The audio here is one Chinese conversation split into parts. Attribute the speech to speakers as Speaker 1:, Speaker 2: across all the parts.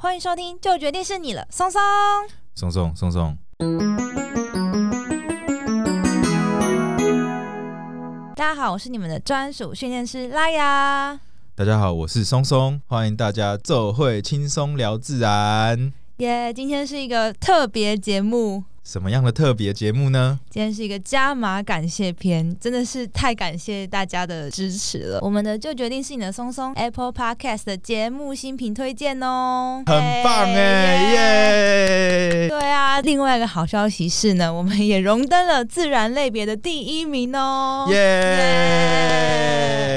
Speaker 1: 欢迎收听《就决定是你了》，松松。
Speaker 2: 松松松松，
Speaker 1: 大家好，我是你们的专属训练师拉雅。
Speaker 2: 大家好，我是松松，欢迎大家奏会轻松聊自然。
Speaker 1: 耶、今天是一个特别节目，
Speaker 2: 什么样的特别节目呢？
Speaker 1: 今天是一个加码感谢篇，真的是太感谢大家的支持了。我们的《就决定是你的》松松 Apple Podcast 的节目新品推荐哦，
Speaker 2: 很棒
Speaker 1: 耶
Speaker 2: 哎，耶！
Speaker 1: 对啊，另外一个好消息是呢，我们也荣登了自然类别的第一名哦。耶
Speaker 2: 耶！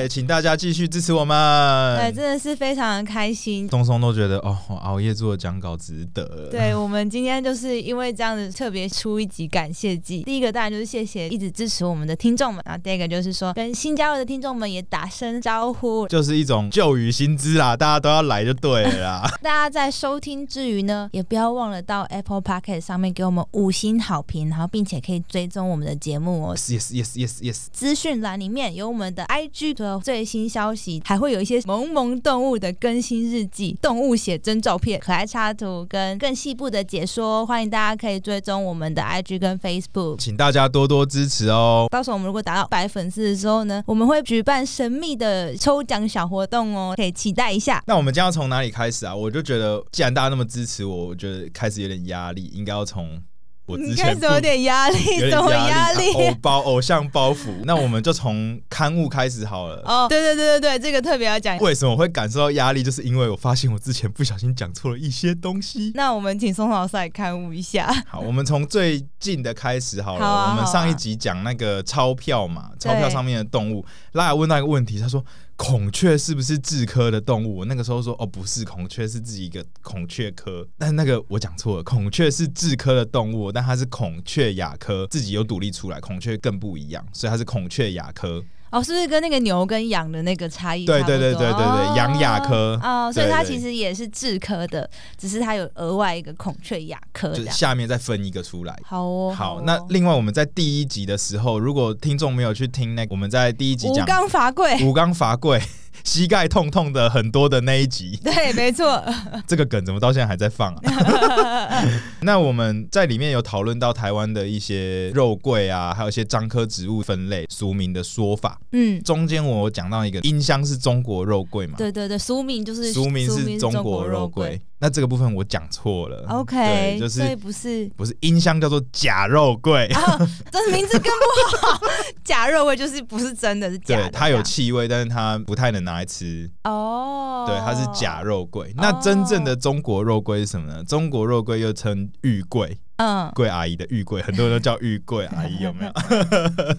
Speaker 2: 请大家继续支持我
Speaker 1: 对，
Speaker 2: 们。
Speaker 1: 真的是非常的开心。
Speaker 2: 松松都觉得哦，我熬夜做讲稿值得 了。
Speaker 1: 对，我们今天就是因为这样子特别出一集感谢季。第一个当然就是谢谢一直支持我们的听众们，然后第二个就是说跟新加入的听众们也打声招 呼。
Speaker 2: 就是一种旧雨新知啦，大家都要来就对了啦。
Speaker 1: 大家在收听之余呢，也不要忘了到 Apple Podcast 上面给我们五星好评，然后并且可以追踪我们的节目哦。
Speaker 2: yes yes yes yes yes，
Speaker 1: 资讯栏里面有我们的 IG 的最新消息，还会有一些萌萌动物的更新日记、动物写真照片、可爱插图跟更细部的解说。欢迎大家可以追踪我们的 IG 跟 Facebook。
Speaker 2: 请大家多多支持哦。
Speaker 1: 到时候我们如果达到百粉丝的时候呢，我们会举办神秘的抽奖小活动哦，可以期待一下。
Speaker 2: 那我们将要从哪里开始啊？我就觉得，既然大家那么支持我，我觉得开始有点压力，应该要从我之
Speaker 1: 你
Speaker 2: 前
Speaker 1: 开始有点压力什
Speaker 2: 有，点
Speaker 1: 么压
Speaker 2: 压
Speaker 1: 力？
Speaker 2: 啊偶包偶像包袱。那我们就从刊物开始好 了。
Speaker 1: 哦，对对对对对，这个特别要讲。
Speaker 2: 为什么会感受到压力？就是因为我发现我之前不小心讲错了一些东西。
Speaker 1: 那我们请宋老师来刊物一 下。
Speaker 2: 好，我们从最近的开始好了。
Speaker 1: 好啊
Speaker 2: 我们
Speaker 1: 好啊
Speaker 2: 上一集讲那个钞票嘛，钞票
Speaker 1: 对
Speaker 2: 上面的动物。拉雅问到一个问题，他说孔雀是不是雉科的动物？我那个时候说哦，不是，孔雀是自己一个孔雀科。但那个我讲错了，孔雀是雉科的动物，但它是孔雀亚科，自己又独立出来，孔雀更不一样，所以它是孔雀亚科。
Speaker 1: 哦，是不是跟那个牛跟羊的那个差异差
Speaker 2: 对
Speaker 1: 不多？
Speaker 2: 对对对对对
Speaker 1: 哦
Speaker 2: 羊亚科
Speaker 1: 哦，所以它
Speaker 2: 对对
Speaker 1: 其实也是雉科的，只是它有额外一个孔雀亚科这
Speaker 2: 就
Speaker 1: 样。
Speaker 2: 下面再分一个出来。
Speaker 1: 好哦，
Speaker 2: 好，
Speaker 1: 哦
Speaker 2: 那另外我们在第一集的时候，如果听众没有去听那个我们在第一集
Speaker 1: 吴
Speaker 2: 讲
Speaker 1: 刚伐 桂，
Speaker 2: 吴刚罚跪，膝盖痛痛的很多的那一集，
Speaker 1: 对，没错，
Speaker 2: 这个梗怎么到现在还在放啊？ 那我们在里面有讨论到台湾的一些肉桂啊，还有一些樟科植物分类俗名的说法。
Speaker 1: 嗯，
Speaker 2: 中间我有讲到一个音香是中国肉桂嘛，
Speaker 1: 对对对，俗名就是
Speaker 2: 俗名是中
Speaker 1: 国
Speaker 2: 国肉
Speaker 1: 桂。
Speaker 2: 桂。那这个部分我讲错了
Speaker 1: OK，
Speaker 2: 对就
Speaker 1: 所以啊
Speaker 2: 是
Speaker 1: 不是，
Speaker 2: 不是音香叫做假肉桂。
Speaker 1: 这名字更不好， 假肉味就是不是真的，是假
Speaker 2: 对
Speaker 1: 的，，
Speaker 2: 它有气味，但是它不太能拿来吃。
Speaker 1: 哦，
Speaker 2: 对，它是假，肉桂。那真正的中国肉桂是什么呢？中国肉桂又称玉桂，
Speaker 1: 嗯，
Speaker 2: 桂阿姨的玉桂，很多人都叫玉桂阿姨，有没 有？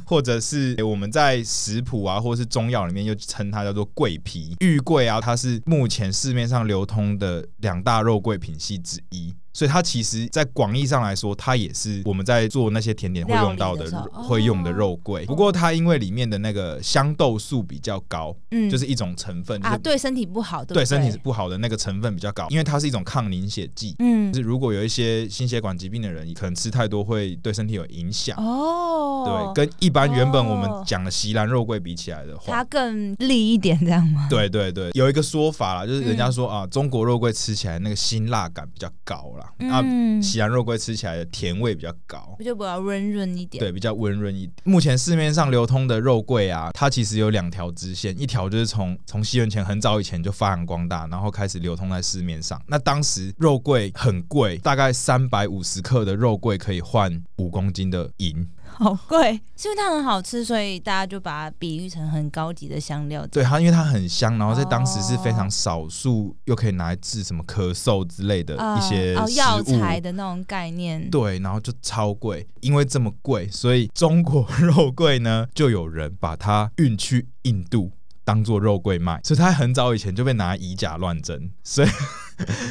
Speaker 2: 或者是我们在食谱啊，或是中药里面又称它叫做桂皮。玉桂啊，它是目前市面上流通的两大肉桂品系之一。所以它其实，在广义上来说，它也是我们在做那些甜点会用到
Speaker 1: 料理的时候哦
Speaker 2: 会用的肉桂。不过它因为里面的那个香豆素比较高，
Speaker 1: 嗯，
Speaker 2: 就是一种成分，就是
Speaker 1: 啊，对身体不好，对不
Speaker 2: 对
Speaker 1: 对
Speaker 2: 身体是，不好的那个成分比较高，因为它是一种抗凝血剂。
Speaker 1: 嗯
Speaker 2: 就，是如果有一些心血管疾病的人，可能吃太多会对身体有影响。
Speaker 1: 哦
Speaker 2: 对，，跟一般原本
Speaker 1: 哦
Speaker 2: 我们讲的西兰肉桂比起来的话
Speaker 1: 它，更利一点，这样吗？
Speaker 2: 对对对，有一个说法啦，就是人家
Speaker 1: 嗯
Speaker 2: 说啊，中国肉桂吃起来那个辛辣感比较高啦，啊，
Speaker 1: 嗯，
Speaker 2: 西兰肉桂吃起来的甜味比较高。
Speaker 1: 就比较温润一点。
Speaker 2: 对，比较温润一点。目前市面上流通的肉桂啊，它其实有两条支线，一条就是从从西元前很早以前就发扬光大，然后开始流通在市面上。那当时肉桂很贵，大概三百五十克的肉桂可以换五公斤的银。
Speaker 1: 好贵，是因为它很好吃，所以大家就把它比喻成很高级的香料。
Speaker 2: 对它，因为它很香，然后在当时是非
Speaker 1: 哦
Speaker 2: 常少数又可以拿来治什么咳嗽之类的
Speaker 1: 啊，
Speaker 2: 呃一些
Speaker 1: 哦
Speaker 2: 食
Speaker 1: 药
Speaker 2: 物。
Speaker 1: 材的那种概念。
Speaker 2: 对，然后就超贵，因为这么贵，所以中国 肉桂呢，就有人把它运去印度当做肉桂卖，所以它很早以前就被拿来以假乱真，所以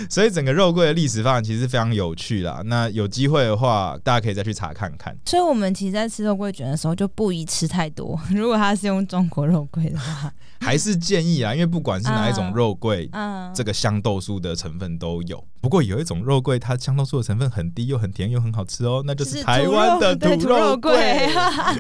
Speaker 2: 所以整个肉桂的历史发展其实非常有趣啦。那有机会的话，大家可以再去查看看。
Speaker 1: 所以，我们其实，在吃肉桂卷的时候就不宜吃太多。 如果它是用中国肉桂的话，
Speaker 2: 还是建议啊，因为不管是哪一种肉桂。
Speaker 1: 嗯，
Speaker 2: 这个香豆素的成分都有，不过有一种肉桂，它香豆素的成分很低，又很甜，又很好吃哦，那就
Speaker 1: 就是是
Speaker 2: 台湾的
Speaker 1: 土肉对
Speaker 2: 土肉桂。
Speaker 1: 桂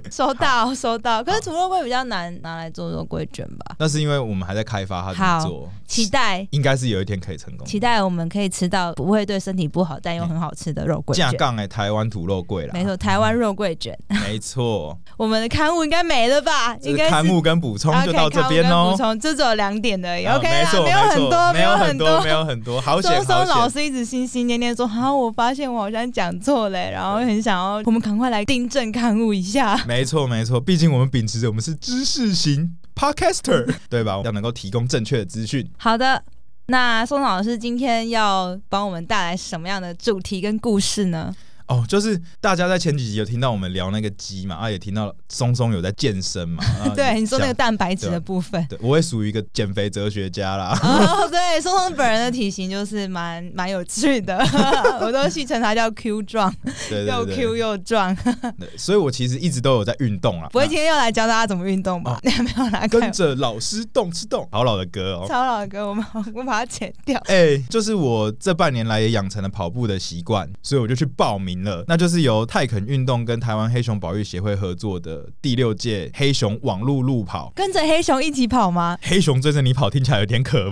Speaker 1: 收到收到。可是土肉桂比较难拿来做肉桂卷吧？
Speaker 2: 那是因为我们还在开发它怎么
Speaker 1: 好
Speaker 2: 做，
Speaker 1: 期待
Speaker 2: 嗯应该是有一天可以成功。
Speaker 1: 期待我们可以吃到不会对身体不好但又很好吃的肉桂
Speaker 2: 架
Speaker 1: 卷。
Speaker 2: 杠哎，台湾土肉桂啦，
Speaker 1: 没错，台湾肉桂卷，
Speaker 2: 没错，
Speaker 1: 我们的刊物应该没了吧？
Speaker 2: 这
Speaker 1: 应
Speaker 2: 是
Speaker 1: 该是
Speaker 2: 刊物跟补充
Speaker 1: OK，
Speaker 2: 就到这边
Speaker 1: 刊物跟补。
Speaker 2: 喽
Speaker 1: 充就只有两点而已。
Speaker 2: 啊
Speaker 1: OK
Speaker 2: 没
Speaker 1: 啦，
Speaker 2: 错，
Speaker 1: 有很多，
Speaker 2: 没错没有
Speaker 1: 很
Speaker 2: 很多，没有很多，好
Speaker 1: 周
Speaker 2: 险
Speaker 1: 松老
Speaker 2: 好险，
Speaker 1: 师一直心心念念说：“啊，我发现我好像讲错嘞，然后很想要我们赶快来订正刊物一下。
Speaker 2: 没错没错，毕竟我们秉持着我们是知识型 podcaster，对吧？要能够提供正确的资讯。”
Speaker 1: 好的，那宋老师今天要帮我们带来什么样的主题跟故事呢？
Speaker 2: 哦，就是大家在前几集有听到我们聊那个鸡嘛，啊，也听到松松有在健身嘛，啊
Speaker 1: 对，你说那个
Speaker 2: 想
Speaker 1: 蛋白质的部分。
Speaker 2: 对，我也属于一个减肥哲学家啦。
Speaker 1: 哦，对，松松本人的体型就是蛮蛮有趣的， 我都戏称他叫 Q 壮，
Speaker 2: 对
Speaker 1: 又
Speaker 2: 对对
Speaker 1: Q 又壮。
Speaker 2: 对所以我其实一直都有在运动啦。
Speaker 1: 不会
Speaker 2: 啊
Speaker 1: 今天又来教大家怎么运动吧？ 没有啦，开
Speaker 2: 跟着老师动吃动，好老的歌哦。
Speaker 1: 超老哥，我们我把它剪掉。
Speaker 2: 哎、就是我这半年来也养成了跑步的习惯，所以我就去报名了。那就是由泰肯运动跟台湾黑熊保育协会合作的第六届黑熊网路路跑。
Speaker 1: 跟着黑熊一起跑吗？
Speaker 2: 黑熊追着你跑，听起来有点可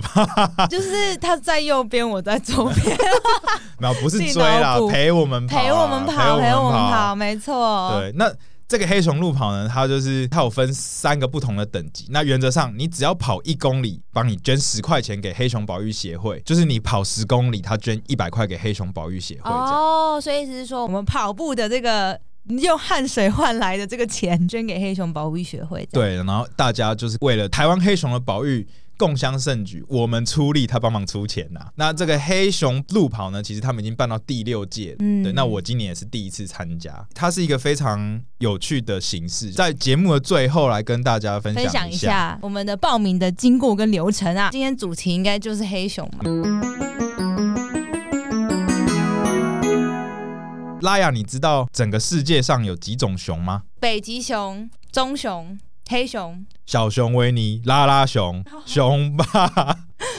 Speaker 2: 怕。
Speaker 1: 就是他在右边，我在左 边，
Speaker 2: 没有，不
Speaker 1: 自
Speaker 2: 是
Speaker 1: 己
Speaker 2: 追啦
Speaker 1: 脑补，
Speaker 2: 陪我啊们跑啦，
Speaker 1: 陪我们跑，陪我们跑，没错。
Speaker 2: 对，那这个黑熊路跑呢，它就是它有分三个不同的等级。那原则上，你只要跑一公里，帮你捐十块钱给黑熊保育协会，就是你跑十公里，他捐一百块给黑熊保育协会这样。
Speaker 1: 哦，所以意思是说，我们跑步的这个用汗水换来的这个钱，捐给黑熊保育学会。，
Speaker 2: 对，然后大家就是为了台湾黑熊的保育。共襄盛举，我们出力，他帮忙出钱呐、那这个黑熊路跑呢，其实他们已经办到第六届了，
Speaker 1: 嗯
Speaker 2: 对，那我今年也是第一次参加，它是一个非常有趣的形式，在节目的最后来跟大家分
Speaker 1: 分
Speaker 2: 享
Speaker 1: 享
Speaker 2: 一
Speaker 1: 一
Speaker 2: 下。
Speaker 1: 下我们的报名的经过跟流程啊。今天主题应该就是黑熊嘛。
Speaker 2: 拉雅，你知道整个世界上有几种熊吗？
Speaker 1: 北极熊、棕熊、黑熊，
Speaker 2: 小熊维尼、拉拉熊、
Speaker 1: 哦
Speaker 2: 熊爸，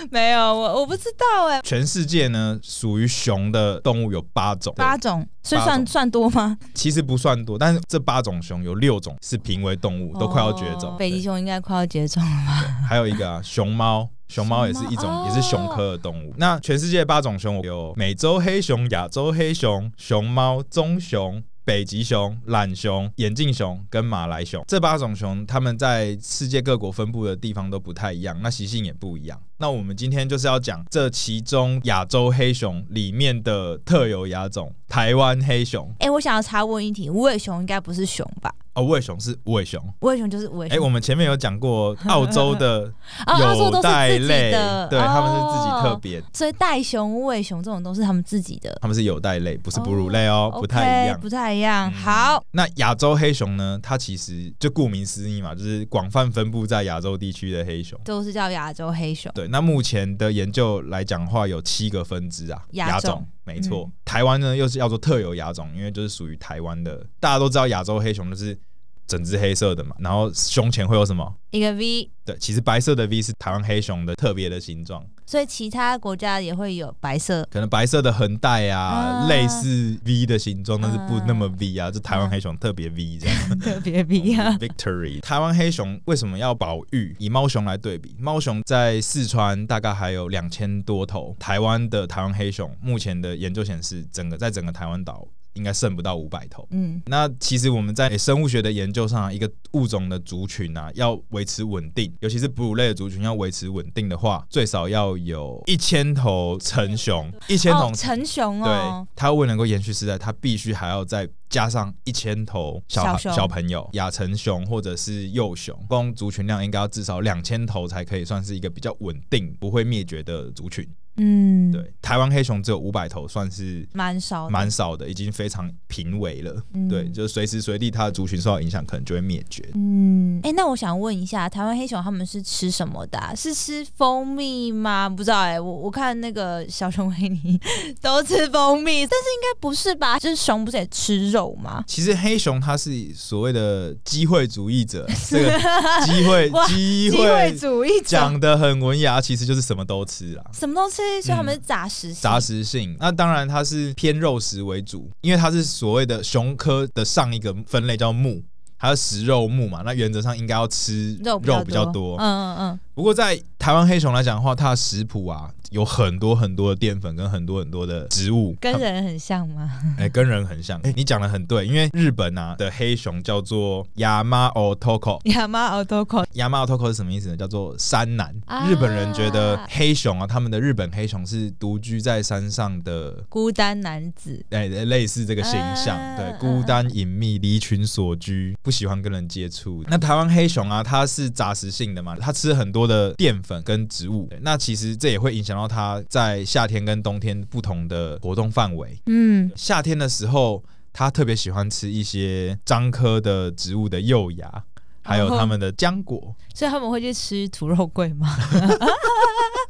Speaker 1: 没有我我不知道哎、
Speaker 2: 全世界呢属于熊的动物有八种，
Speaker 1: 八种，所以
Speaker 2: 八
Speaker 1: 算
Speaker 2: 种
Speaker 1: 算多吗？
Speaker 2: 其实不算多，但是这八种熊有六种是濒危动物，都快要绝种。
Speaker 1: 哦北极熊应该快要绝种了。
Speaker 2: 对还有一个啊，熊猫。熊猫也是一
Speaker 1: 熊猫
Speaker 2: 种，
Speaker 1: 哦
Speaker 2: 也是熊科的动物。那全世界八种熊有美洲黑熊、亚洲黑熊、熊猫、棕熊、北极熊、懒熊、眼镜熊跟马来熊。这八种熊，它们在世界各国分布的地方都不太一样，那习性也不一样。那我们今天就是要讲这其中亚洲黑熊里面的特有亚种——台湾黑熊。
Speaker 1: 哎、我想要插问一题，无尾熊应该不是熊吧？
Speaker 2: 哦，无尾熊是无尾熊。
Speaker 1: 无尾熊就是无尾
Speaker 2: 哎、
Speaker 1: 熊。
Speaker 2: 我们前面有讲过澳洲的
Speaker 1: 哦，澳洲
Speaker 2: 有
Speaker 1: 都
Speaker 2: 袋
Speaker 1: 是自己哦
Speaker 2: 类，
Speaker 1: 的，
Speaker 2: 对，他们是自己特
Speaker 1: 哦。
Speaker 2: 别，
Speaker 1: 所以袋熊、无尾熊这种都是他们自己的，
Speaker 2: 他们是有袋类，不是哺乳类哦，不太
Speaker 1: o
Speaker 2: 一样
Speaker 1: k。不太一样。
Speaker 2: 嗯
Speaker 1: 好，
Speaker 2: 那亚洲黑熊呢？它其实就顾名思义嘛，就是广泛分布在亚洲地区的黑熊。
Speaker 1: 都是叫亚洲黑熊。
Speaker 2: 对，那目前的研究来讲的话，有七个分支啊，
Speaker 1: 亚
Speaker 2: 亚
Speaker 1: 种嗯
Speaker 2: 种，没错。台湾呢又是叫做特有亚种，因为就是属于台湾的。大家都知道亚洲黑熊就是整只黑色的嘛，然后胸前会有什么？
Speaker 1: 一个 V，
Speaker 2: 对，其实白色的 V 是台湾黑熊的特别的形状。
Speaker 1: 所以其他国家也会有白 色。
Speaker 2: 可能白色的横带啊，
Speaker 1: 啊
Speaker 2: 类似 V 的形状，但是不
Speaker 1: 啊
Speaker 2: 那么 V 啊，就台湾黑熊特别 V 这 样。
Speaker 1: 特别 V 啊，
Speaker 2: Victory，台湾黑熊为什么要保育？以猫熊来对比，猫熊在四川大概还有两千多头，台湾的台湾黑熊目前的研究显示，整个在整个台湾岛应该剩不到五百头。
Speaker 1: 嗯，
Speaker 2: 那其实我们在欸生物学的研究上啊，一个物种的族群啊，要维持稳定，尤其是哺乳类的族群要维持稳定的话，最少要有一千头成熊，一千头
Speaker 1: 哦，成熊
Speaker 2: 对
Speaker 1: 哦，，
Speaker 2: 它为能够延续世代，它必须还要再加上一千头小
Speaker 1: 小
Speaker 2: 孩
Speaker 1: 熊
Speaker 2: 小朋友、亚成熊或者是幼熊，公族群量应该要至少两千头才可以算是一个比较稳定、不会灭绝的族群。
Speaker 1: 嗯，，
Speaker 2: 对，台湾黑熊只有五百头，算是
Speaker 1: 蛮少的，
Speaker 2: 蛮少的，已经非常濒危了。
Speaker 1: 嗯
Speaker 2: 对，就是随时随地它的族群受到影响，可能就会灭绝。
Speaker 1: 嗯，哎、那我想问一下，台湾黑熊他们是吃什么的啊、是吃蜂蜜吗？不知道哎、我我看那个小熊维尼 都吃蜂蜜，但是应该不是吧？就是熊不是也吃肉吗？
Speaker 2: 其实黑熊它是所谓的机会主义 者，这个机会
Speaker 1: 哇
Speaker 2: 机
Speaker 1: 机
Speaker 2: 会
Speaker 1: 会主义者，
Speaker 2: 讲的很文雅，其实就是什么都吃啦。
Speaker 1: 什么都吃，所以他们是杂食性。
Speaker 2: 嗯杂食性，那当然它是偏肉食为主，因为它是所谓的熊科的上一个分类叫目，它是食肉目嘛，那原则上应该要吃
Speaker 1: 肉
Speaker 2: 比较多。
Speaker 1: 嗯嗯
Speaker 2: 不过在台湾黑熊来讲的话，它的食谱啊，有很多很多的淀粉跟很多很多的植物，
Speaker 1: 跟
Speaker 2: 它
Speaker 1: 人很像吗？
Speaker 2: 哎、跟人很像。哎、你讲的很对，因为日本啊的黑熊叫做 Yamao Toko。
Speaker 1: 亚妈奥多口
Speaker 2: Yamao Toko 是什么意思呢？叫做山南。
Speaker 1: 啊
Speaker 2: 日本人觉得黑熊啊，他们的日本黑熊是独居在山上的。
Speaker 1: 孤单男子，
Speaker 2: 哎、类似这个形象，
Speaker 1: 嗯
Speaker 2: 对
Speaker 1: 嗯，
Speaker 2: 孤单隐秘、离群索居，不喜欢跟人接
Speaker 1: 嗯
Speaker 2: 触。那台湾黑熊啊，它是杂食性的嘛，它吃很多的淀粉跟植物，对那其实这也会影响到它在夏天跟冬天不同的活动范围。
Speaker 1: 嗯，
Speaker 2: 夏天的时候，他特别喜欢吃一些樟科的植物的幼芽，还有他们的浆果。
Speaker 1: 所以他们会去吃土肉桂吗？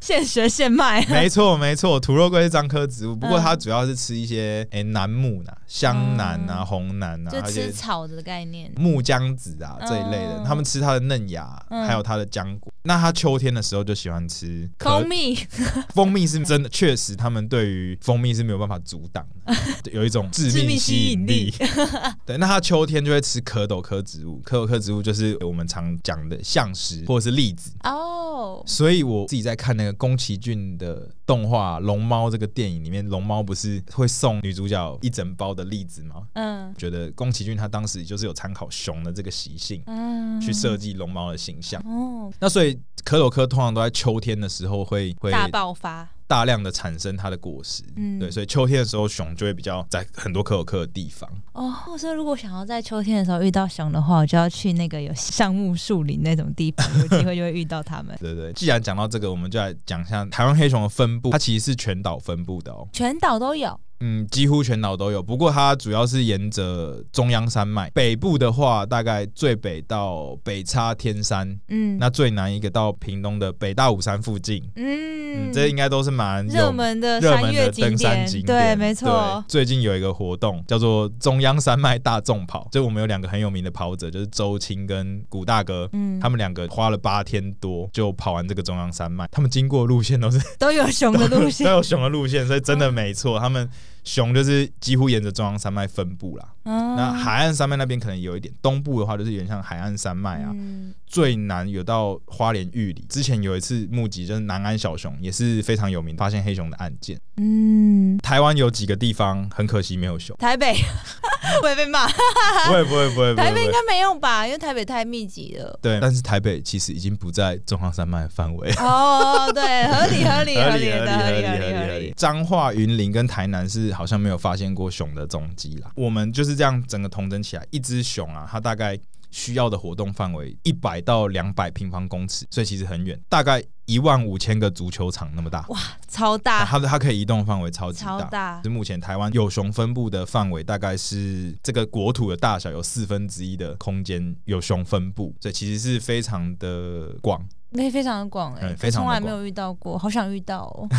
Speaker 1: 现学现卖，
Speaker 2: 没错，没错，土肉桂是樟科植物，不过
Speaker 1: 嗯
Speaker 2: 它主要是吃一些诶、楠木呐、香楠啊、
Speaker 1: 嗯
Speaker 2: 红楠 啊，
Speaker 1: 就
Speaker 2: 还有一
Speaker 1: 吃
Speaker 2: 些
Speaker 1: 草的概念。
Speaker 2: 木姜子啊这一类的，
Speaker 1: 嗯
Speaker 2: 他们吃它的嫩芽，
Speaker 1: 嗯
Speaker 2: 还有它的浆果。那他秋天的时候就喜欢吃
Speaker 1: 蜂蜜，
Speaker 2: 蜂蜜是 真的，确实他们对于蜂蜜是没有办法阻挡的， 对有一种致
Speaker 1: 致
Speaker 2: 命
Speaker 1: 命
Speaker 2: 吸
Speaker 1: 吸
Speaker 2: 引
Speaker 1: 引
Speaker 2: 力
Speaker 1: 力。
Speaker 2: 对，那它秋天就会吃蝌蚪科植物，蝌蚪科植物就是我们常讲的象石或者是栗子。
Speaker 1: 哦，
Speaker 2: 所以我自己在看那个宫崎骏的动画《龙猫》这个电影里面，龙猫不是会送女主角一整包的栗子吗？
Speaker 1: 嗯
Speaker 2: 觉得宫崎骏他当时就是有参考熊的这个习性
Speaker 1: 嗯，
Speaker 2: 去设计龙猫的形象。
Speaker 1: 哦，
Speaker 2: 那所以蝌蚪科通常都在秋天的时候会会
Speaker 1: 大爆发，
Speaker 2: 大量的产生它的果实，
Speaker 1: 嗯
Speaker 2: 对，所以秋天的时候熊就会比较在很多可有克的地方，。
Speaker 1: 哦，所以如果想要在秋天的时候遇到熊的话，我就要去那个有橡木树林那种地方，有机会就会遇到它们
Speaker 2: 对对。既然讲到这个，我们就来讲一下台湾黑熊的分布，它其实是全岛分布的哦，
Speaker 1: 全岛都有，
Speaker 2: 嗯，几乎全岛都有，不过它主要是沿着中央山脉，北部的话大概最北到北叉天山，
Speaker 1: 嗯
Speaker 2: 那最南一个到屏东的北大武山附近，嗯，
Speaker 1: 嗯，
Speaker 2: 这应该都是蛮有
Speaker 1: 热门的
Speaker 2: 热
Speaker 1: 山
Speaker 2: 门
Speaker 1: 岳
Speaker 2: 的
Speaker 1: 呃景
Speaker 2: 登山
Speaker 1: 点，
Speaker 2: 景
Speaker 1: 对，
Speaker 2: 点，
Speaker 1: 没错
Speaker 2: 对。最近有一个活动叫做中央山脉大众跑，就我们有两个很有名的跑者，就是周青跟古大哥。
Speaker 1: 嗯，
Speaker 2: 他们两个花了八天多就跑完这个中央山脉，他们经过的路线 都是
Speaker 1: 都有熊的路
Speaker 2: 都
Speaker 1: 线，
Speaker 2: 有熊的路线，所以真的没错，他们熊就是几乎沿着中央山脉分布啦。那
Speaker 1: 那
Speaker 2: 海岸山脉那边可能有一点，东部的话就是有点像海岸山脉啊，
Speaker 1: 嗯
Speaker 2: 最南有到花莲玉里。之前有一次目击就是南安小熊，也是非常有名，发现黑熊的案件。
Speaker 1: 嗯，
Speaker 2: 台湾有几个地方很可惜没有 熊，
Speaker 1: 台北会被骂，
Speaker 2: 不会不会不会不
Speaker 1: 台北
Speaker 2: 会。不
Speaker 1: 应
Speaker 2: 会
Speaker 1: 该没用吧，因为台北太密集了。
Speaker 2: 对，但是台北其实已经不在中央山脉的范 围。
Speaker 1: 哦，对，合理合理
Speaker 2: 合
Speaker 1: 合
Speaker 2: 理
Speaker 1: 的
Speaker 2: 合理合
Speaker 1: 合
Speaker 2: 理
Speaker 1: 合
Speaker 2: 合理合
Speaker 1: 合
Speaker 2: 理
Speaker 1: 理。。
Speaker 2: 彰化、云林跟台南是好像没有发现过熊的踪迹啦。我们就是这样整个统整起来，一只熊啊，它大概需要的活动范围一百到两百平方公尺，所以其实很远，大概一万五千个足球场那么大。
Speaker 1: 哇，超
Speaker 2: 啊
Speaker 1: 大
Speaker 2: 它的它可以移动范围超级
Speaker 1: 超
Speaker 2: 大。
Speaker 1: 大
Speaker 2: 是，目前台湾有熊分布的范围，大概是这个国土的大小有四分之一的空间有熊分布，所以其实是非常的广。
Speaker 1: 那非常的广哎
Speaker 2: 嗯，非常
Speaker 1: 从
Speaker 2: 地广
Speaker 1: 来没有遇到过，好想遇到哦。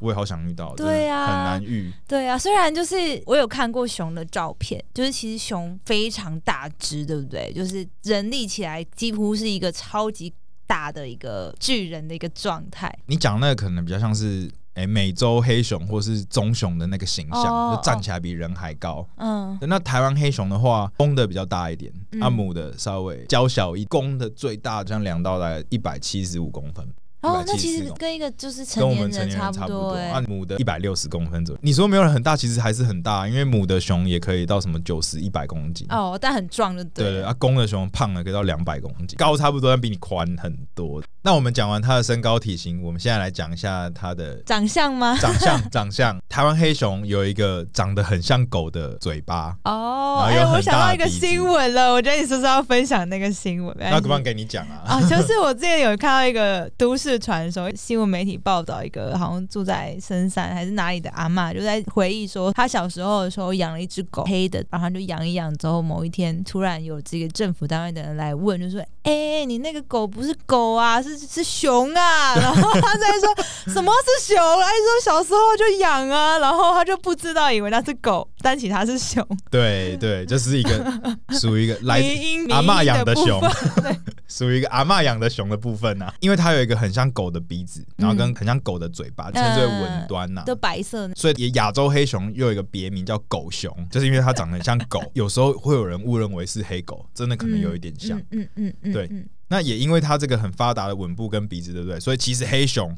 Speaker 2: 我也好想遇到，真的
Speaker 1: 对啊
Speaker 2: 很难遇。
Speaker 1: 对啊，虽然就是我有看过熊的照片，就是其实熊非常大只，对不对？就是人立起来几乎是一个超级大的一个巨人的一个状态。
Speaker 2: 你讲那个可能比较像是哎、诶美洲黑熊或是棕熊的那个形象，
Speaker 1: 哦
Speaker 2: 就站起来比人还高。
Speaker 1: 嗯
Speaker 2: 那台湾黑熊的话，公的比较大一点，
Speaker 1: 嗯
Speaker 2: 啊母的稍微娇小一，公的最大这样量到大概一百七十五公分，
Speaker 1: 哦，那
Speaker 2: 174
Speaker 1: 其实
Speaker 2: 公
Speaker 1: 跟一个就是
Speaker 2: 跟
Speaker 1: 成
Speaker 2: 我
Speaker 1: 年
Speaker 2: 们成
Speaker 1: 人
Speaker 2: 年人
Speaker 1: 不
Speaker 2: 差不多。
Speaker 1: 哎、
Speaker 2: 啊母的一百六十公分左右，你说没有人很大，其实还是很大，因为母的熊也可以到什么九十一百公斤。
Speaker 1: 哦，但很壮就
Speaker 2: 啊对
Speaker 1: 对
Speaker 2: 对，
Speaker 1: 了。
Speaker 2: 啊，公的熊胖了可以到两百公斤，高差不多，但比你宽很多。那我们讲完它的身高体型，我们现在来讲一下它的
Speaker 1: 长相吗？
Speaker 2: 长相， 长相，台湾黑熊有一个长得很像狗的嘴巴，
Speaker 1: 哦，
Speaker 2: 然后
Speaker 1: 哎、
Speaker 2: 有很
Speaker 1: 我想
Speaker 2: 大
Speaker 1: 到
Speaker 2: 的
Speaker 1: 一个
Speaker 2: 鼻子
Speaker 1: 新闻了，我觉得你是不是要分享那个新闻？哎
Speaker 2: 那可不可以给你讲啊？
Speaker 1: 啊，就是我之前有看到一个都市传说，新闻媒体报道一个好像住在深山还是哪里的阿嬷，就在回忆说，她小时候的时候养了一只狗，黑的，然后她就养一养之后，某一天突然有这个政府单位的人来问，就说：“哎、你那个狗不是狗啊， 是是熊啊。”然后她在说什么是熊，哎，说小时候就养啊，然后她就不知道以为那是狗，但其实它是熊，
Speaker 2: 对对，就是一个属于一个来自
Speaker 1: 迷因迷
Speaker 2: 阿嬷
Speaker 1: 因
Speaker 2: 养的
Speaker 1: 部
Speaker 2: 熊
Speaker 1: 分，
Speaker 2: 属于一个阿嬷养的熊的部分啊，因为它有一个很像狗的鼻子，然后跟很像狗的嘴巴，称之为吻端呐、
Speaker 1: 嗯呃都白色的，
Speaker 2: 所以也亚洲黑熊又有一个别名叫狗熊，就是因为它长得很像 狗，有时候会有人误认为是黑狗，真的可能有一点像。
Speaker 1: 嗯嗯嗯嗯，
Speaker 2: 对
Speaker 1: 嗯
Speaker 2: 那也因为它这个很发达的吻部跟鼻子，对不对？所以其实黑熊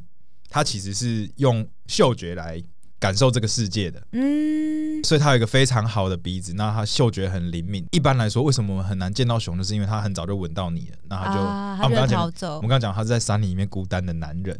Speaker 2: 它其实是用嗅觉来感受这个世界的。
Speaker 1: 嗯，
Speaker 2: 所以它有一个非常好的鼻子，那它嗅觉很灵敏。一般来说，为什么我们很难见到熊，就是因为它很早就闻到你了，那它就、
Speaker 1: 啊，
Speaker 2: 我
Speaker 1: 他就
Speaker 2: 们
Speaker 1: 逃
Speaker 2: 刚刚讲，我
Speaker 1: 走
Speaker 2: 们，刚刚讲它是在山里面孤单的男 人，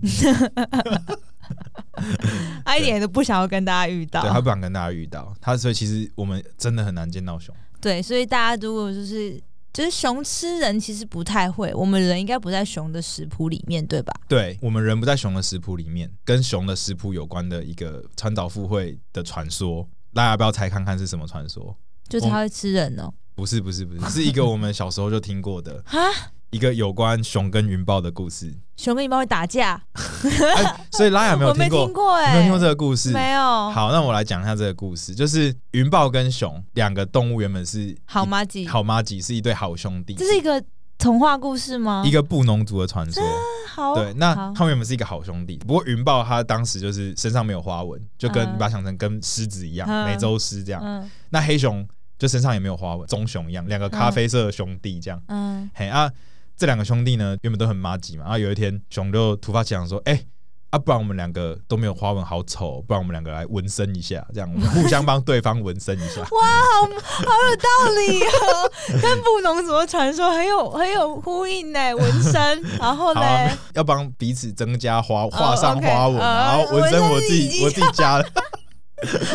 Speaker 1: 他一点都不想要跟大家遇
Speaker 2: 对，他
Speaker 1: 到。
Speaker 2: 不想跟大家遇到，他所以其实我们真的很难见到熊。
Speaker 1: 对，所以大家如果就是就是熊吃人，其实不太会，我们人应该不在熊的食谱里面，对吧？
Speaker 2: 对我们人不在熊的食谱里面，跟熊的食谱有关的一个川岛富会的传说，大家要不要猜看看是什么传 说？
Speaker 1: 就是它会吃人哦、
Speaker 2: 不是，不是，不是，是一个我们小时候就听过的
Speaker 1: 哈，
Speaker 2: 一个有关熊跟云豹的故事。
Speaker 1: 熊跟你爸会打架，
Speaker 2: 哎，所以拉雅没有
Speaker 1: 我
Speaker 2: 听
Speaker 1: 没
Speaker 2: 过，
Speaker 1: 听过
Speaker 2: 你
Speaker 1: 哎、
Speaker 2: 没有听过这个故事？
Speaker 1: 没有。
Speaker 2: 好，那我来讲一下这个故事，就是云豹跟熊两个动物原本是
Speaker 1: 好吗？几？
Speaker 2: 好妈吉是一对好兄弟，
Speaker 1: 这是一个童话故事吗？
Speaker 2: 一个布农族的传说。
Speaker 1: 好，
Speaker 2: 对，那
Speaker 1: 好
Speaker 2: 他们原本是一个好兄弟，不过云豹它当时就是身上没有花纹，就跟
Speaker 1: 嗯
Speaker 2: 你把它想成跟狮子一样，
Speaker 1: 嗯
Speaker 2: 美洲狮这样。
Speaker 1: 嗯
Speaker 2: 那黑熊就身上也没有花纹，棕熊一样，两个咖啡色的兄弟这样。
Speaker 1: 嗯，
Speaker 2: 嘿啊，这两个兄弟呢，原本都很妈吉嘛，然后有一天熊就突发奇想说，哎、啊，不然我们两个都没有花纹，好丑哦，不然我们两个来纹身一下，这样我们互相帮对方纹身一下。
Speaker 1: 哇， 好好有道理哦， 跟布农族的传说很有很有呼应呢。纹身，然后
Speaker 2: 好、啊
Speaker 1: 嘞，，
Speaker 2: 要帮彼此增加花画
Speaker 1: 哦
Speaker 2: 上
Speaker 1: OK，
Speaker 2: 花纹啊，
Speaker 1: 呃
Speaker 2: 然后纹身
Speaker 1: 纹身
Speaker 2: 我自
Speaker 1: 已
Speaker 2: 己
Speaker 1: 经
Speaker 2: 我自己加 了，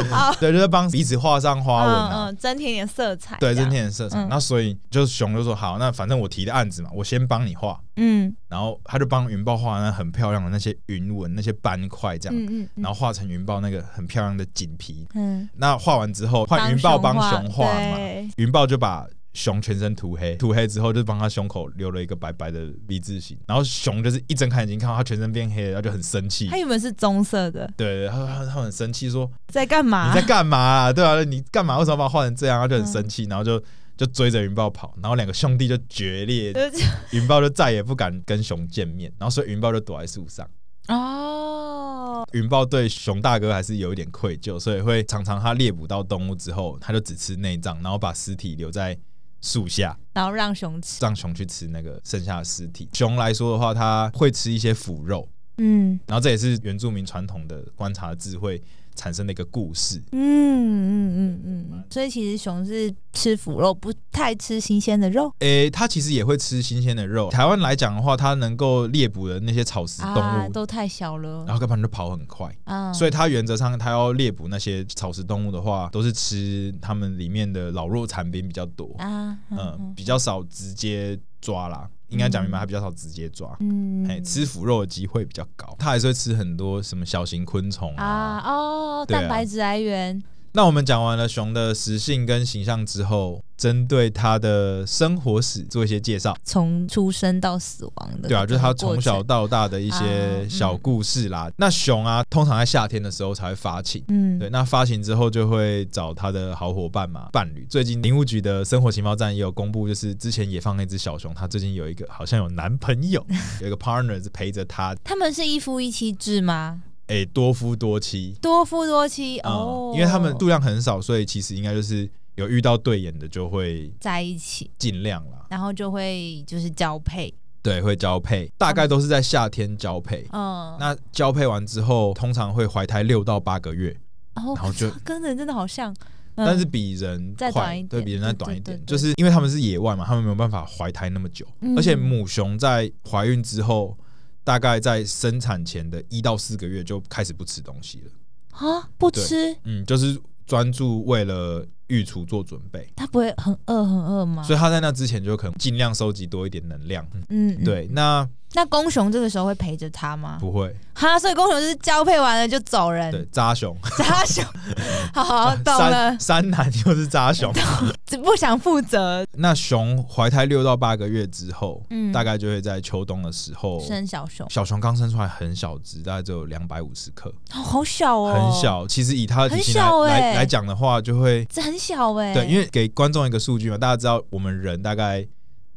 Speaker 1: 好，
Speaker 2: 对，就是帮彼此画上花纹啊。
Speaker 1: 嗯嗯，增添一点色彩，
Speaker 2: 对，
Speaker 1: 这样
Speaker 2: 增，添点色彩。
Speaker 1: 嗯
Speaker 2: 那所以就是熊就说好，那反正我提的案子嘛，我先帮你画，
Speaker 1: 嗯
Speaker 2: 然后他就帮云豹画那很漂亮的那些云纹、那些斑块这样，
Speaker 1: 嗯嗯，嗯
Speaker 2: 然后画成云豹那个很漂亮的锦皮。
Speaker 1: 嗯，
Speaker 2: 那画完之后，换云豹帮熊画嘛，嗯
Speaker 1: 对
Speaker 2: 云豹就把。熊全身涂黑，涂黑之后就帮他胸口留了一个白白的 V 字形，然后熊就是一睁开眼睛看到他全身变黑了，他就很生气
Speaker 1: 它。原本是棕色的，
Speaker 2: 对，他他他很生气，说
Speaker 1: 在干嘛
Speaker 2: 你在？干嘛啊？对啊，你干嘛？为什么把我画成这样？他就很生气，然后就就追着云豹跑，然后两个兄弟就决裂，
Speaker 1: 就是
Speaker 2: 云豹就再也不敢跟熊见面，然后所以云豹就躲在树上。
Speaker 1: 哦，
Speaker 2: 云豹对熊大哥还是有一点愧疚，所以会常常他猎捕到动物之后，他就只吃内脏，然后把尸体留在树下，
Speaker 1: 然后让熊吃，
Speaker 2: 让熊去吃那个剩下的尸体。熊来说的话，它会吃一些腐肉，
Speaker 1: 嗯
Speaker 2: 然后这也是原住民传统的观察智慧产生的一个故事。
Speaker 1: 嗯嗯嗯嗯，所以其实熊是吃腐肉，不太吃新鲜的肉。
Speaker 2: 诶、它其实也会吃新鲜的肉。台湾来讲的话，它能够猎捕的那些草食动物，
Speaker 1: 啊，都太小了
Speaker 2: 然后根本就跑很快，
Speaker 1: 啊，以
Speaker 2: 所以它原则上它要猎捕那些草食动物的话，都是吃它们里面的老弱残兵比较多，
Speaker 1: 啊，
Speaker 2: 嗯、
Speaker 1: 嗯
Speaker 2: 比较少直接抓啦。应该讲明白，它比较少直接抓，
Speaker 1: 嗯，
Speaker 2: 哎、吃腐肉的机会比较高。它还是会吃很多什么小型昆虫
Speaker 1: 啊
Speaker 2: 啊。
Speaker 1: 哦，
Speaker 2: 对啊
Speaker 1: 蛋白质来源，
Speaker 2: 那我们讲完了熊的食性跟形象之后，针对它的生活史做一些介绍。
Speaker 1: 从出生到死亡的，
Speaker 2: 对啊，就是啊他从小，到大的一些小故事啦。那熊啊，通常在夏天的时候才会发情。
Speaker 1: 嗯，
Speaker 2: 对，那发情之后就会找他的好伙伴嘛，伴侣。最近林务局的生活情报站也有公布，就是之前野放那只小熊，它最近有一个好像有男朋友，有一个 partner 是陪着它，
Speaker 1: 他们是一夫一妻制吗？
Speaker 2: 哎、多夫多妻。
Speaker 1: 多夫多妻
Speaker 2: 嗯
Speaker 1: 哦，
Speaker 2: 因为他们数量很少，所以其实应该就是有遇到对眼的就会
Speaker 1: 在一起，
Speaker 2: 尽量啦，
Speaker 1: 然后就会就是交配，
Speaker 2: 对，会交配，大概都是在夏天交配。
Speaker 1: 嗯，
Speaker 2: 那交配完之后，通常会怀胎六到八个月，
Speaker 1: 然后
Speaker 2: 然后就
Speaker 1: 跟人真的好像，嗯
Speaker 2: 但是比人
Speaker 1: 再
Speaker 2: 快
Speaker 1: 短一
Speaker 2: 对
Speaker 1: 点
Speaker 2: 比人
Speaker 1: 对
Speaker 2: 再
Speaker 1: 对
Speaker 2: 短一
Speaker 1: 对
Speaker 2: 点，
Speaker 1: 对
Speaker 2: 就是因为他们是野外嘛，他们没有办法怀胎那么久，
Speaker 1: 嗯
Speaker 2: 而且母熊在怀孕之后，大概在生产前的一到四个月就开始不吃东西了，
Speaker 1: 啊不
Speaker 2: 对
Speaker 1: 吃，
Speaker 2: 嗯，就是专注为了育雏做准备，
Speaker 1: 他不会很饿很饿吗？
Speaker 2: 所以他在那之前就可能尽量收集多一点能量，嗯
Speaker 1: 嗯，嗯
Speaker 2: 对，。那
Speaker 1: 那公熊这个时候会陪着他吗？
Speaker 2: 不会，
Speaker 1: 哈，所以公熊就是交配完了就走人，
Speaker 2: 对，渣熊，
Speaker 1: 渣 熊，好好嗯 懂了
Speaker 2: 山，山男又是渣 熊，
Speaker 1: 只不想负责
Speaker 2: 那熊怀胎六到八个月之后，
Speaker 1: 嗯
Speaker 2: 大概就会在秋冬的时候，
Speaker 1: 生小熊，
Speaker 2: 小熊刚生出来很小只，大概只有两百五十克，
Speaker 1: 哦好小哦，
Speaker 2: 很，小。其实以它的体型来、
Speaker 1: 很小欸
Speaker 2: 来来讲的话，就会
Speaker 1: 这很小哎、
Speaker 2: 对，因为给观众一个数据嘛，大家知道我们人大概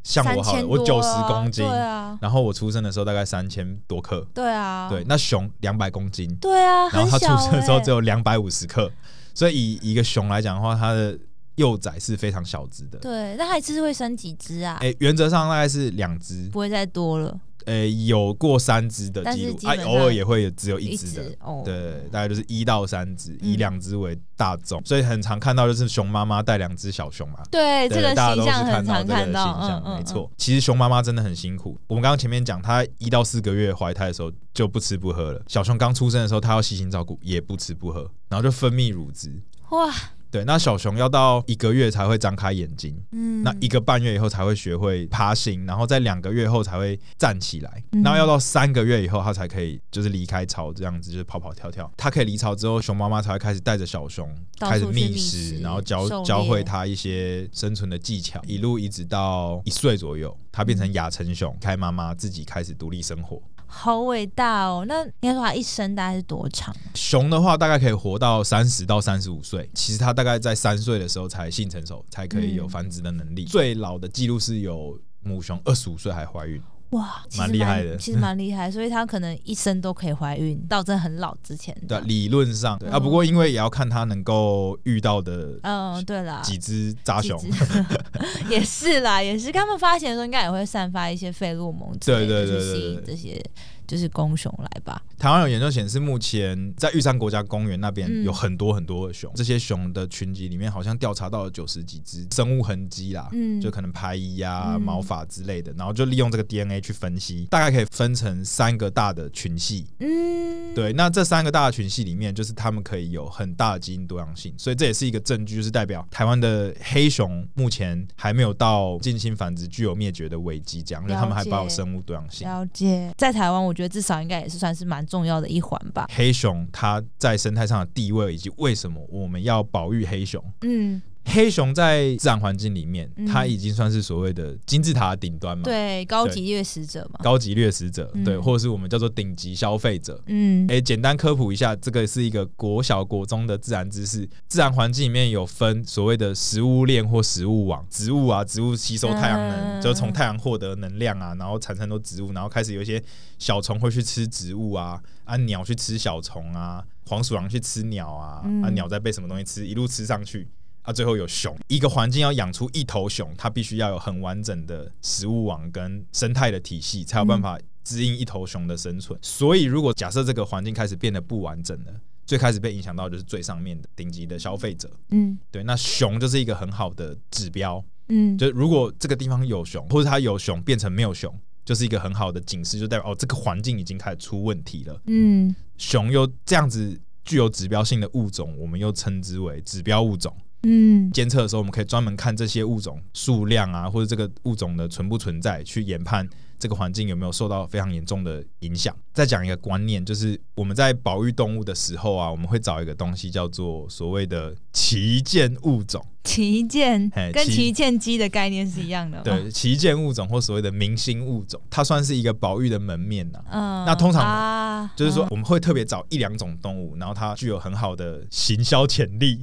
Speaker 2: 像我好
Speaker 1: 3000
Speaker 2: 了，我
Speaker 1: 多
Speaker 2: 九十
Speaker 1: 啊
Speaker 2: 公斤，
Speaker 1: 对啊，
Speaker 2: 然后我出生的时候大概三千多克，
Speaker 1: 对啊，
Speaker 2: 对，那熊两百公斤，
Speaker 1: 对啊，
Speaker 2: 然后它
Speaker 1: 很小
Speaker 2: 出生的时候
Speaker 1: 欸
Speaker 2: 只有两百五十克，所以以一个熊来讲的话，它的幼崽是非常小只的。哎
Speaker 1: 对，那它一次会生几只啊？
Speaker 2: 哎、原则上大概是两只，
Speaker 1: 不会再多了，
Speaker 2: 呃，有过三只的
Speaker 1: 但
Speaker 2: 记
Speaker 1: 是
Speaker 2: 录
Speaker 1: 基
Speaker 2: 啊
Speaker 1: 本，上
Speaker 2: 偶尔也会有只有一
Speaker 1: 一
Speaker 2: 只的，
Speaker 1: 只哦，
Speaker 2: 对，大概就是一到三只，以
Speaker 1: 嗯
Speaker 2: 两只为大众，所以很常看到就是熊妈妈带两只小熊嘛。
Speaker 1: 对哎这
Speaker 2: 对
Speaker 1: 个
Speaker 2: 大家都
Speaker 1: 形
Speaker 2: 是
Speaker 1: 象很
Speaker 2: 看
Speaker 1: 常
Speaker 2: 这个
Speaker 1: 看
Speaker 2: 形
Speaker 1: 到，嗯
Speaker 2: 象，
Speaker 1: 嗯，
Speaker 2: 没错。其实熊妈妈真的很辛苦。我们刚刚前面讲，她一到四个月怀胎的时候就不吃不喝了。小熊刚出生的时候，她要细心照顾，也不吃不喝，然后就分泌乳汁。
Speaker 1: 嗯。哇，
Speaker 2: 对，那小熊要到一个月才会张开眼睛，
Speaker 1: 嗯，
Speaker 2: 那一个半月以后才会学会爬行，然后在两个月后才会站起来，
Speaker 1: 嗯
Speaker 2: 然后要到三个月以后，它才可以就是离开巢，这样子就是跑跑跳跳。它可以离巢之后，熊妈妈才会开始带着小熊
Speaker 1: 到处
Speaker 2: 开始
Speaker 1: 去
Speaker 2: 觅
Speaker 1: 觅
Speaker 2: 食，
Speaker 1: 食
Speaker 2: 然后教
Speaker 1: 狩猎
Speaker 2: 教会它一些生存的技巧，一路一直到一岁左右，它变
Speaker 1: 嗯
Speaker 2: 成亚成熊，开妈妈自己开始独立生活。
Speaker 1: 好伟大哦！那应该说它一生大概是多长？
Speaker 2: 熊的话，大概可以活到三十到三十五岁。其实它大概在三岁的时候才性成熟，才可以有
Speaker 1: 嗯
Speaker 2: 繁殖的能力。最老的记录是有母熊二十五岁还怀孕。
Speaker 1: 哇，其实
Speaker 2: 蛮厉害的
Speaker 1: 其实蛮厉害，所以它可能一生都可以怀孕，到真的很老之前
Speaker 2: 对啊，
Speaker 1: 的。
Speaker 2: 理论上对啊，
Speaker 1: 嗯
Speaker 2: 不过因为也要看它能够遇到的
Speaker 1: 嗯，对啦，
Speaker 2: 几只杂熊。
Speaker 1: 几只 也是啦，也是。他们发现的时候，应该也会散发一些费洛蒙之类的，
Speaker 2: 对对
Speaker 1: 去
Speaker 2: 对
Speaker 1: 吸引
Speaker 2: 对
Speaker 1: 这些就是公熊来吧。
Speaker 2: 台湾有研究显示，目前在玉山国家公园那边
Speaker 1: 嗯
Speaker 2: 有很多很多的熊，这些熊的群集里面好像调查到了九十几只生物痕迹啦，
Speaker 1: 嗯
Speaker 2: 就可能排遗啊、
Speaker 1: 嗯
Speaker 2: 毛发之类的，然后就利用这个 DNA 去分析，大概可以分成三个大的群系。
Speaker 1: 嗯，
Speaker 2: 对，那这三个大的群系里面，就是他们可以有很大的基因多样性，所以这也是一个证据，就是代表台湾的黑熊目前还没有到近亲繁殖具有灭绝的危机，这样，因为
Speaker 1: 了
Speaker 2: 他们还保有
Speaker 1: 解
Speaker 2: 生物多样性。
Speaker 1: 了解。在台湾，我觉得至少应该也是算是蛮重要的一环吧。
Speaker 2: 黑熊它在生态上的地位，以及为什么我们要保育黑熊。
Speaker 1: 嗯，
Speaker 2: 黑熊在自然环境里面，
Speaker 1: 嗯
Speaker 2: 它已经算是所谓的金字塔的顶端嘛，
Speaker 1: 对，高
Speaker 2: 对
Speaker 1: 级掠食者嘛。
Speaker 2: 高级掠食者，
Speaker 1: 嗯
Speaker 2: 对，或者是我们叫做顶级消费者。
Speaker 1: 嗯
Speaker 2: 诶，简单科普一下，这个是一个国小国中的自然知识。自然环境里面有分所谓的食物链或食物网，植物啊，植物吸收太阳能，
Speaker 1: 嗯
Speaker 2: 就从太阳获得能量啊，然后产生很多植物，然后开始有一些小虫会去吃植物啊，啊鸟去吃小虫啊，黄鼠狼去吃鸟啊，
Speaker 1: 嗯
Speaker 2: 啊鸟在被什么东西吃，一路吃上去。啊，最后有熊，一个环境要养出一头熊，它必须要有很完整的食物网跟生态的体系，才有办法指引一头熊的生存。所以，如果假设这个环境开始变得不完整了，最开始被影响到就是最上面的顶级的消费者。
Speaker 1: 嗯
Speaker 2: 对，那熊就是一个很好的指标，
Speaker 1: 嗯，
Speaker 2: 就如果这个地方有熊，或者它有熊变成没有熊，就是一个很好的警示，就代表哦这个环境已经开始出问题了。
Speaker 1: 嗯
Speaker 2: 熊又这样子具有指标性的物种，我们又称之为指标物种。
Speaker 1: 嗯
Speaker 2: 监测的时候，我们可以专门看这些物种数量啊，或者这个物种的存不存在，去研判这个环境有没有受到非常严重的影响。再讲一个观念，就是我们在保育动物的时候啊，我们会找一个东西叫做所谓的旗舰物种，
Speaker 1: 旗舰
Speaker 2: 嘿
Speaker 1: 嗯跟
Speaker 2: 旗
Speaker 1: 旗舰机的概念是一样的吗。
Speaker 2: 对，旗舰物种或所谓的明星物种，它算是一个保育的门面呐、
Speaker 1: 嗯，
Speaker 2: 那通常
Speaker 1: 啊
Speaker 2: 就是说，我们会特别找一两种动物，然后它具有很好的行销潜力，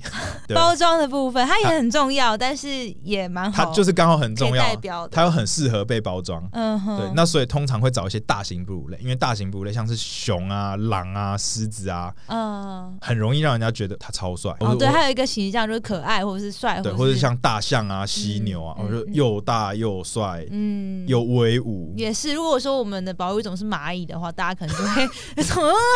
Speaker 2: 对，
Speaker 1: 包装的部分，它也很重要，但是也蛮
Speaker 2: 它
Speaker 1: 好，
Speaker 2: 就是刚好很重
Speaker 1: 哦可以代
Speaker 2: 要，
Speaker 1: 表的
Speaker 2: 它又很适合被包装。
Speaker 1: 嗯哼，
Speaker 2: 对，那所以通常会找一些大型哺乳类，因为大型哺乳类像是熊啊、狼啊、狮子啊，
Speaker 1: 嗯。
Speaker 2: 很容易让人家觉得它超帅。
Speaker 1: 哦，
Speaker 2: 或者
Speaker 1: 对，还有一个形象就是可爱，或者是帅，
Speaker 2: 对，
Speaker 1: 是
Speaker 2: 或者像大象啊、犀牛啊，
Speaker 1: 嗯
Speaker 2: 我、就
Speaker 1: 嗯
Speaker 2: 又大又帅、
Speaker 1: 嗯，
Speaker 2: 又威武。
Speaker 1: 也是。如果说我们的保育种是蚂蚁的话，大家可能就会 嗯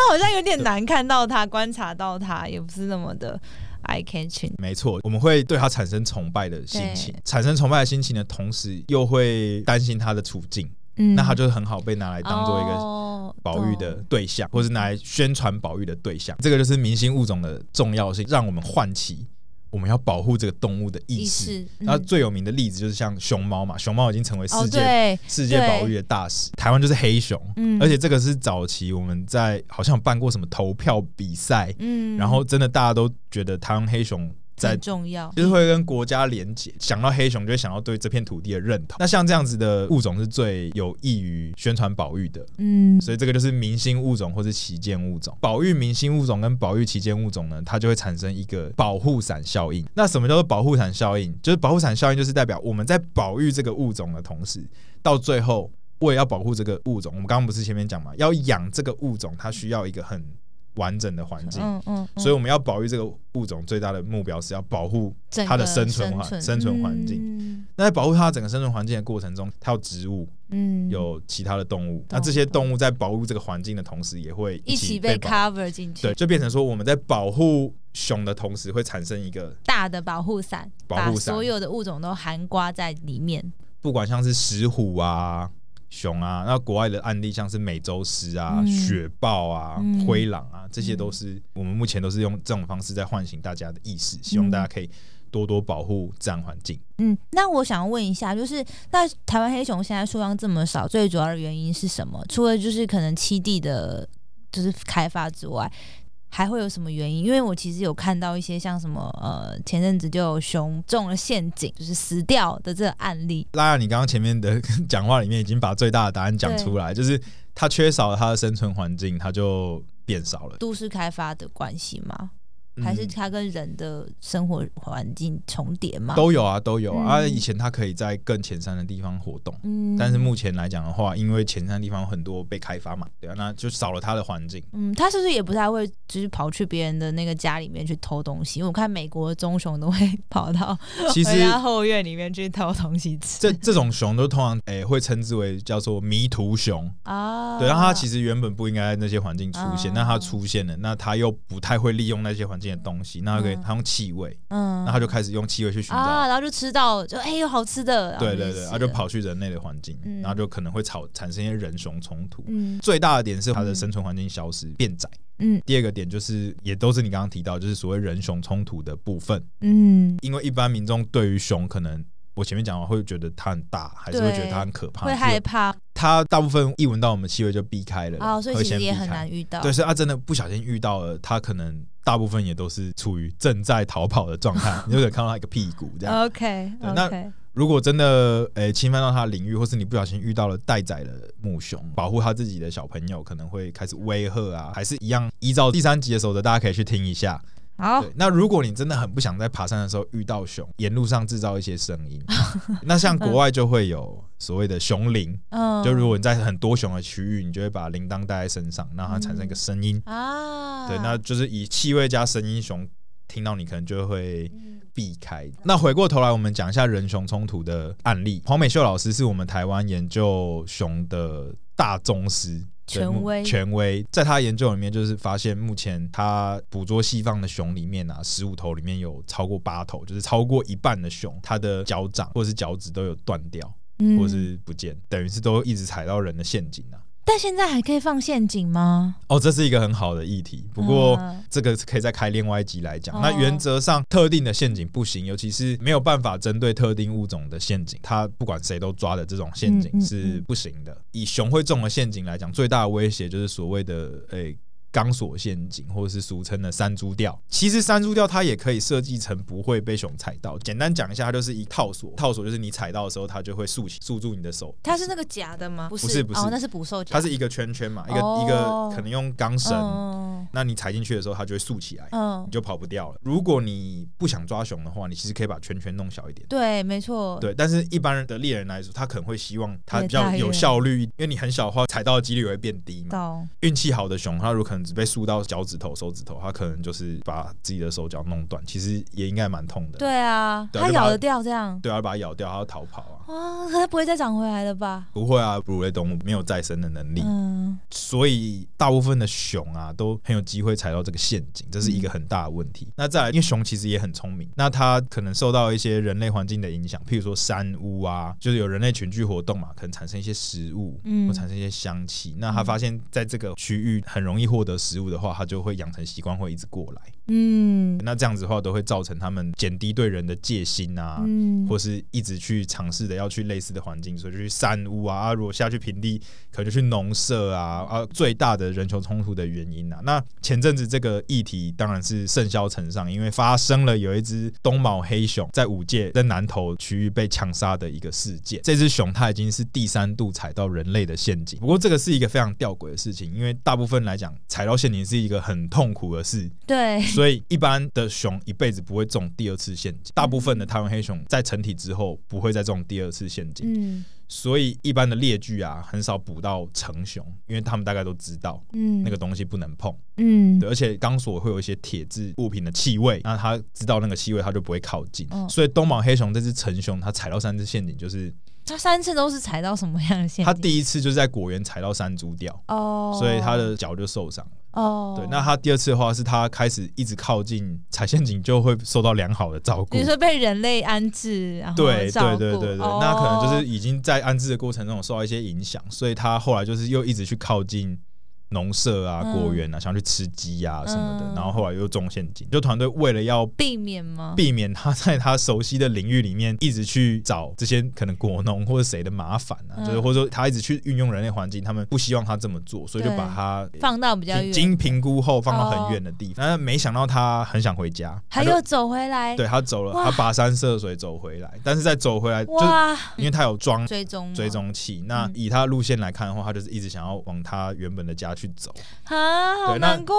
Speaker 1: 好像有点难看到它，观察到它，也不是那么的 eye catching。
Speaker 2: 没错，我们会对它产生崇拜的心情，产生崇拜的心情的同时，又会担心它的处境，
Speaker 1: 嗯，哦
Speaker 2: 那它就是很好被拿来当做一个
Speaker 1: 个
Speaker 2: 保育的对象，或是拿来宣传保育的对象。这个就是明星物种的重要性，让我们唤起我们要保护这个动物的意
Speaker 1: 意
Speaker 2: 识。
Speaker 1: 识。
Speaker 2: 那
Speaker 1: 嗯
Speaker 2: 最有名的例子就是像熊猫嘛，熊猫已经成为世
Speaker 1: 哦，
Speaker 2: 界、
Speaker 1: 对，
Speaker 2: 世界保育的大使。台湾就是黑熊，
Speaker 1: 嗯
Speaker 2: 而且这个是早期我们在好像有办过什么投票比赛，
Speaker 1: 嗯，
Speaker 2: 然后真的大家都觉得台湾黑熊在
Speaker 1: 很重要，
Speaker 2: 就是会跟国家连结，想到黑熊就会想到对这片土地的认同。那像这样子的物种是最有益于宣传保育的，
Speaker 1: 嗯，
Speaker 2: 所以这个就是明星物种或是旗舰物种。保育明星物种跟保育旗舰物种呢，它就会产生一个保护伞效应。那什么叫做保护伞效应？就是保护伞效应，就是代表我们在保育这个物种的同时，到最后我也要保护这个物种。我们刚刚不是前面讲嘛，要养这个物种，它需要一个很完整的环境，
Speaker 1: 嗯嗯，嗯
Speaker 2: 所以我们要保育这个物种最大的目标是要保护
Speaker 1: 整
Speaker 2: 它的
Speaker 1: 个
Speaker 2: 生
Speaker 1: 生嗯
Speaker 2: 存环生存环境
Speaker 1: 境，
Speaker 2: 那在保护它整个生存环境的过程中，它有植物，
Speaker 1: 嗯，
Speaker 2: 有其他的动物，那
Speaker 1: 懂
Speaker 2: 这些动物在保护这个环境的同时，也会
Speaker 1: 一
Speaker 2: 起
Speaker 1: 起被
Speaker 2: 保
Speaker 1: cover 进去，
Speaker 2: 对，就变成说我们在保护熊的同时，会产生一个
Speaker 1: 大的保护伞，
Speaker 2: 保
Speaker 1: 把
Speaker 2: 护伞
Speaker 1: 所有的物种都含刮在里面。
Speaker 2: 不管像是石虎啊、熊啊，那国外的案例像是美洲狮啊、
Speaker 1: 嗯
Speaker 2: 雪豹啊、
Speaker 1: 嗯
Speaker 2: 灰狼啊，这些都是、我们目前都是用这种方式在唤醒大家的意识，希望
Speaker 1: 嗯
Speaker 2: 大家可以多多保护自然环境。
Speaker 1: 嗯，那我想问一下，就是那台湾黑熊现在数量这么少，最主要的原因是什么？除了就是可能栖地的，就是开发之外，还会有什么原因？因为我其实有看到一些像什么呃，前阵子就有熊中了陷阱，就是死掉的这个案例。
Speaker 2: 拉拉，你刚刚前面的 讲话里面已经把最大的答案讲出来，就是它缺少了它的生存环境，它就变少了。
Speaker 1: 都市开发的关系吗？还是
Speaker 2: 嗯
Speaker 1: 它跟人的生活环境重叠吗？
Speaker 2: 都有啊，都有啊。啊
Speaker 1: 嗯
Speaker 2: 以前它可以在更前山的地方活动，
Speaker 1: 嗯
Speaker 2: 但是目前来讲的话，因为前山地方有很多被开发嘛，对啊，那就少了它的 环境。
Speaker 1: 嗯，它是不是也不太会，就是跑去别人的那个家里面去偷东西？因为我看美国的棕熊都会 跑到
Speaker 2: 其实
Speaker 1: 人家后院里面去偷东西吃
Speaker 2: 这这种熊都通常诶、会称之为叫做迷途熊，
Speaker 1: 啊。
Speaker 2: 对，那它其实原本不应该在那些环境出现，
Speaker 1: 啊
Speaker 2: 那它出现了，那它又不太会利用那些环境的东西，那它可以
Speaker 1: 嗯
Speaker 2: 它用气味，
Speaker 1: 嗯
Speaker 2: 那它就开始用气味去寻
Speaker 1: 啊，
Speaker 2: 找，
Speaker 1: 然后就吃到就哎有好吃的，然后
Speaker 2: 对对
Speaker 1: 去
Speaker 2: 对，
Speaker 1: 吃
Speaker 2: 它就跑去人类的环境，
Speaker 1: 嗯
Speaker 2: 然后就可能会吵产生一些人熊冲突。
Speaker 1: 嗯
Speaker 2: 最大的点是它的
Speaker 1: 嗯
Speaker 2: 生存环境消失变窄，
Speaker 1: 嗯
Speaker 2: 第二个点就是也都是你刚刚提到，就是所谓人熊冲突的部分。
Speaker 1: 嗯，
Speaker 2: 因为一般民众对于熊，可能我前面讲完会觉得它很大，还是会
Speaker 1: 对
Speaker 2: 觉得它很可怕，
Speaker 1: 会
Speaker 2: 就
Speaker 1: 害怕
Speaker 2: 它大部分一闻到我们气味就避开了啦，
Speaker 1: 哦，所以
Speaker 2: 会
Speaker 1: 其
Speaker 2: 先
Speaker 1: 实
Speaker 2: 避
Speaker 1: 也
Speaker 2: 开。
Speaker 1: 很难遇到。
Speaker 2: 对，所以它真的不小心遇到了，它可能大部分也都是处于正在逃跑的状态，你就可以看到它一个屁股 这样。
Speaker 1: 哦，OK
Speaker 2: 对那
Speaker 1: OK，
Speaker 2: 如果真的诶、呃侵犯到它的领域，或是你不小心遇到了待宰的母熊，保护它自己的小朋友，可能会开始威吓啊，还是一样依照第三集的守则，大家可以去听一下。
Speaker 1: 好
Speaker 2: 对，那如果你真的很不想在爬山的时候遇到熊，沿路上制造一些声音，那像国外就会有所谓的熊铃，
Speaker 1: 嗯，
Speaker 2: 就如果你在很多熊的区域，你就会把铃铛带在身上，让它产生一个声音。
Speaker 1: 啊，
Speaker 2: 对，那就是以气味加声音，熊听到你可能就会
Speaker 1: 嗯
Speaker 2: 避开。那回过头来，我们讲一下人熊冲突的案例。黄美秀老师是我们台湾研究熊的大宗师。对
Speaker 1: 权
Speaker 2: 目
Speaker 1: 威
Speaker 2: 权威，在他研究里面，就是发现目前他捕捉西方的熊里面啊，十五头里面有超过八头，就是超过一半的熊，它的脚掌或是脚趾都有断掉，
Speaker 1: 嗯
Speaker 2: 或是不见，等于是都一直踩到人的陷阱啊。
Speaker 1: 但现在还可以放陷阱吗？
Speaker 2: 哦，这是一个很好的议题，不过
Speaker 1: 嗯
Speaker 2: 这个是可以再开另外一集来讲。
Speaker 1: 哦
Speaker 2: 那原则上，特定的陷阱不行，尤其是没有办法针对特定物种的陷阱，它不管谁都抓的这种陷
Speaker 1: 嗯
Speaker 2: 阱
Speaker 1: 嗯
Speaker 2: 是不行的。以熊会中的陷阱来讲，最大的威胁就是所谓的诶。钢索陷阱，或者是俗称的山猪吊。其实山猪吊它也可以设计成不会被熊踩到。简单讲一下，它就是一套索，套索就是你踩到的时候，它就会束起束住你的手，
Speaker 1: 它是那个假的吗？不
Speaker 2: 不是不是
Speaker 1: 哦，那是捕兽夹，
Speaker 2: 它是一个圈圈嘛，一个、
Speaker 1: 哦
Speaker 2: 一个可能用钢绳，
Speaker 1: 嗯
Speaker 2: 那你踩进去的时候，它就会竖起来，
Speaker 1: 嗯
Speaker 2: 你，就跑不掉了。如果你不想抓熊的话，你其实可以把圈圈弄小一点。
Speaker 1: 对，没错，
Speaker 2: 对，但是一般人的猎人来说，他可能会希望他比
Speaker 1: 越
Speaker 2: 较
Speaker 1: 大越
Speaker 2: 有效率，因为你很小的话，踩到的几率会变低嘛。
Speaker 1: 懂，
Speaker 2: 运气好的熊，它如果可能只被竖到脚趾头、手指头，它可能就是把自己的手脚弄断，其实也应该蛮痛的。
Speaker 1: 对啊，
Speaker 2: 对
Speaker 1: 它
Speaker 2: 就把它
Speaker 1: 咬得掉这样，
Speaker 2: 对啊，把它咬掉，它要逃跑啊。
Speaker 1: 啊，可它不会再长回来了吧？
Speaker 2: 不会啊，哺乳类动物没有再生的能力，
Speaker 1: 嗯，
Speaker 2: 所以大部分的熊啊都很有机会踩到这个陷阱，这是一个很大的问题。那再来，因为熊其实也很聪明，那它可能受到一些人类环境的影响，譬如说山屋啊，就是有人类群聚活动嘛，可能产生一些食物，
Speaker 1: 嗯
Speaker 2: 或产生一些香气。那它发现在这个区域很容易获得食物的话，它就会养成习惯，会一直过来。
Speaker 1: 嗯
Speaker 2: 那这样子的话，都会造成它们减低对人的戒心啊。
Speaker 1: 嗯，
Speaker 2: 或是一直去尝试的要去类似的环境，所以就去山屋啊，啊如果下去平地，可能就去农舍啊，啊，最大的人球冲突的原因啊。那前阵子这个议题当然是甚嚣尘上，因为发生了有一只东毛黑熊在五界在南投区域被枪杀的一个事件。这只熊它已经是第三度踩到人类的陷阱，不过这个是一个非常吊诡的事情，因为大部分来讲，踩到陷阱是一个很痛苦的事，
Speaker 1: 对，
Speaker 2: 所以一般的熊一辈子不会中第二次陷阱，大部分的台湾黑熊在成体之后不会再中第二次陷阱，
Speaker 1: 嗯
Speaker 2: 所以一般的猎具啊，很少捕到成熊，因为他们大概都知道
Speaker 1: 嗯，
Speaker 2: 那个东西不能碰。
Speaker 1: 嗯
Speaker 2: 对，而且钢索会有一些铁质物品的气味，那它知道那个气味，它就不会靠近。
Speaker 1: 嗯
Speaker 2: 所以东宝黑熊这只成熊，它踩到三只陷阱，就是
Speaker 1: 他三次都是踩到什么样的陷阱？
Speaker 2: 它第一次就是在果园踩到山猪掉，
Speaker 1: 哦，
Speaker 2: 所以它的脚就受伤了。
Speaker 1: 哦，
Speaker 2: 对，那它第二次的话是它开始一直靠近踩陷阱，就会受到良好的照顾
Speaker 1: 你。说被人类安置，然后
Speaker 2: 对对
Speaker 1: 照
Speaker 2: 对对
Speaker 1: 顾
Speaker 2: 对，
Speaker 1: 哦
Speaker 2: 那可能就是已经在安置的过程中有受到一些影响，所以它后来就是又一直去靠近农舍啊、
Speaker 1: 嗯
Speaker 2: 果园啊，想要去吃鸡呀、什么的，
Speaker 1: 嗯
Speaker 2: 然后后来又中陷阱。就团队为了要
Speaker 1: 避免吗？
Speaker 2: 避免他在他熟悉的领域里面一直去找这些可能果农或者谁的麻烦啊，
Speaker 1: 嗯
Speaker 2: 就是或者说他一直去运用人类环境，他们不希望他这么做，所以就
Speaker 1: 对
Speaker 2: 把他
Speaker 1: 放到比较
Speaker 2: 经
Speaker 1: 远，
Speaker 2: 经评估后放到很远的地方。但是没想到他很想回家，
Speaker 1: 还
Speaker 2: 他就
Speaker 1: 有走回来，
Speaker 2: 对他走了，
Speaker 1: 哇
Speaker 2: 他跋山涉水走回来，但是在走回来就是
Speaker 1: 哇，
Speaker 2: 因为他有装。
Speaker 1: 追踪吗
Speaker 2: 追踪器，那
Speaker 1: 嗯
Speaker 2: 以他的路线来看的话，他就是一直想要往他原本的家去走。
Speaker 1: 啊，好
Speaker 2: 对那
Speaker 1: 难过